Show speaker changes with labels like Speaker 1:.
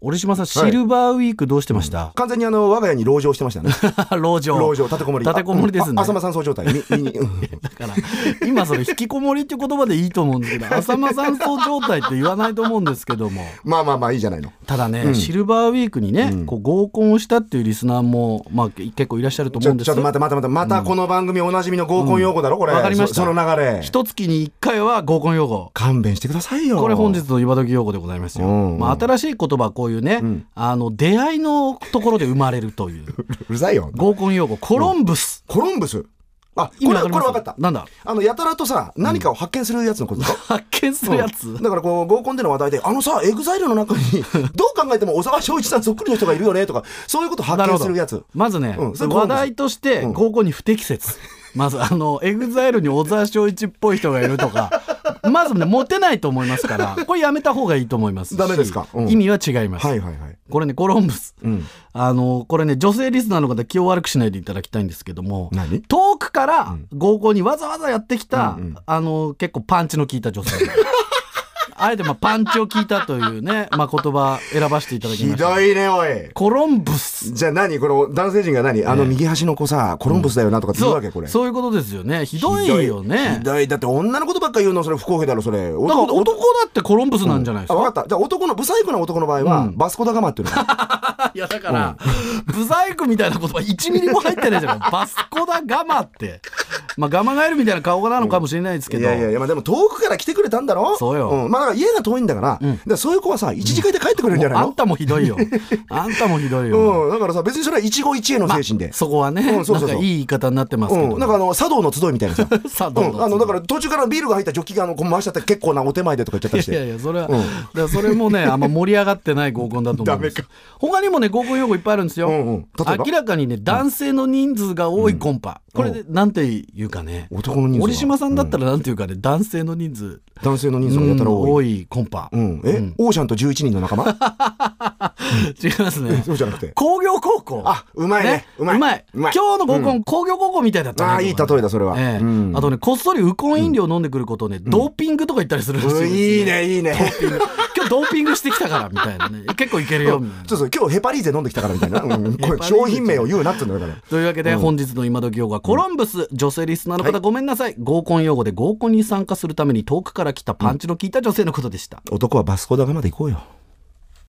Speaker 1: 折島さん、シルバーウィークどうしてました、
Speaker 2: 完全にあの我が家に籠城して ましたね
Speaker 1: 籠城。
Speaker 2: 籠城立てこもり
Speaker 1: 立てこもりですね
Speaker 2: ああ浅間山荘状態みみに、 うん
Speaker 1: だから、 今その引きこもりって言葉でいいと思うん ですけど、浅間山荘状態って言わないと思うんですけども。
Speaker 2: まあまあまあいいじゃないの
Speaker 1: ただね、シルバーウィークにね、こう合コンをしたっていうリスナーも、まあ、結構いらっしゃると
Speaker 2: ち
Speaker 1: 思う
Speaker 2: ょ
Speaker 1: んで
Speaker 2: ちょ
Speaker 1: す
Speaker 2: っと待って待って待ってまたこの番組おなじみの合コン用語だろこれ、
Speaker 1: わかりました
Speaker 2: そその流れ
Speaker 1: 一月に一回は合コン用語。
Speaker 2: 勘弁してくださいよ
Speaker 1: これ本日の今時用語でございますよ。
Speaker 2: うんうん
Speaker 1: まあ、新しい言葉はこういうね、あの出会いのところで生まれるという
Speaker 2: うるさいよ
Speaker 1: 合コン用語コロンブス。
Speaker 2: コロンブスあこ
Speaker 1: 今
Speaker 2: れこれ
Speaker 1: わか
Speaker 2: 分か
Speaker 1: りま
Speaker 2: っ
Speaker 1: す
Speaker 2: た
Speaker 1: なんだ
Speaker 2: あのやたらとさ何かを発見するやつのことだろ、
Speaker 1: 発見するやつ、
Speaker 2: だからこう合コンでの話題であのさエグザイルの中 にどう考えても小沢昭一さんそっくりの人がいるよねとかそういうこと発見するやつ
Speaker 1: まずね、
Speaker 2: うんそれ
Speaker 1: 話題として合コンに不適 切、まずあのエグザイルに小沢昭一っぽい人がいるとか まずねモテないと思います からこれやめた方がいいと思いますし
Speaker 2: ダメですかうん
Speaker 1: 意味は違います、
Speaker 2: はいはいはい
Speaker 1: これねコロンブス、
Speaker 2: ん
Speaker 1: あのこれね女性リスナーの方気を悪くしないでいただきたいんですけども
Speaker 2: 何
Speaker 1: 遠くから合コンにわざわざやってきた、あの結構パンチの効いた 女性あえてまあパンチを効いたというね、まあ、言葉選ばせていただき
Speaker 2: ひ
Speaker 1: ました
Speaker 2: どいねおい
Speaker 1: コロンブス
Speaker 2: じゃあ何この男性陣が何あの右端の子さコロンブスだよなとかって言うわけこれ
Speaker 1: そういうことですよねひどいよ
Speaker 2: ひ
Speaker 1: ね
Speaker 2: どいだって女のことばっか言うのそれ不公平だろそれ
Speaker 1: だから
Speaker 2: 男
Speaker 1: 男だってコロンブスなんじゃないです
Speaker 2: あ
Speaker 1: か、
Speaker 2: 分かったじゃあ男のブサイクな男の場合は、バスコダガマっていうのが
Speaker 1: いやだから、ブサイクみたいな言葉1ミリも入ってないじゃん バスコダガマってまあガマガエルみたいな顔なのかもしれないですけ
Speaker 2: い
Speaker 1: ど
Speaker 2: やいやいや、まあ、でも遠くから来てくれたんだろ
Speaker 1: そうよ
Speaker 2: んまあだから家が遠いんだから,、だからそういう子はさ一時会で帰ってくれるんじゃない
Speaker 1: あ
Speaker 2: の
Speaker 1: んたもひどい よあんたもひどいよ、
Speaker 2: うん、だからさ別にそれは一期一会の精神で、
Speaker 1: そこはね、
Speaker 2: うんそうそうそう
Speaker 1: なんかいい言い方になってますけど、
Speaker 2: うん、なんかあの茶道の集いみたいなさ
Speaker 1: 茶道の集い
Speaker 2: うん、あのだから途中からビールが入ったジョッキがあのこう回しちゃって結構なお手前でとか言っちゃったりし
Speaker 1: いや
Speaker 2: て
Speaker 1: いやそれは、だからそれもねあんま盛り上がってない合コンだと思うんです
Speaker 2: ダメ
Speaker 1: 他にもね合コン用語いっぱいあるんですよ、
Speaker 2: うんうん例えば
Speaker 1: 明らかにね男性の人数が多いコンパ、これでなんていうかね
Speaker 2: 男の人数が
Speaker 1: 森島さんだったらなんていうかね、男性の人数
Speaker 2: 男性の人数がやたら
Speaker 1: うん
Speaker 2: 多い、
Speaker 1: 多いコンパ、
Speaker 2: うんえ、オーシャンと11人の仲間
Speaker 1: 違いますね
Speaker 2: そうじゃなくて
Speaker 1: 工業高校
Speaker 2: あうまいねうまいう
Speaker 1: まいう
Speaker 2: まい
Speaker 1: 今日の合コン、工業高校みたいだったね
Speaker 2: ああいい例えだそれは、
Speaker 1: ええ
Speaker 2: うん
Speaker 1: あとねこっそりウコン飲料飲んでくることをね、ドーピングとか言ったりするんですよ、
Speaker 2: うんいいねいいね
Speaker 1: 今日ドーピングしてきたからみたいなね結構いけるよみたいな
Speaker 2: そうそう今日ヘパリーゼ飲んできたからみたいな、うんこ
Speaker 1: ヘパリー
Speaker 2: れ
Speaker 1: ゼ
Speaker 2: 商品名を言うなって言うんだから
Speaker 1: というわけで、本日の今時用語はコロンブス、女性リスナーの方、ごめんなさい合コン用語で合コンに参加するために遠くから来たパンチの効いた女性のことでした、
Speaker 2: 男はバスコダガまで行こうよ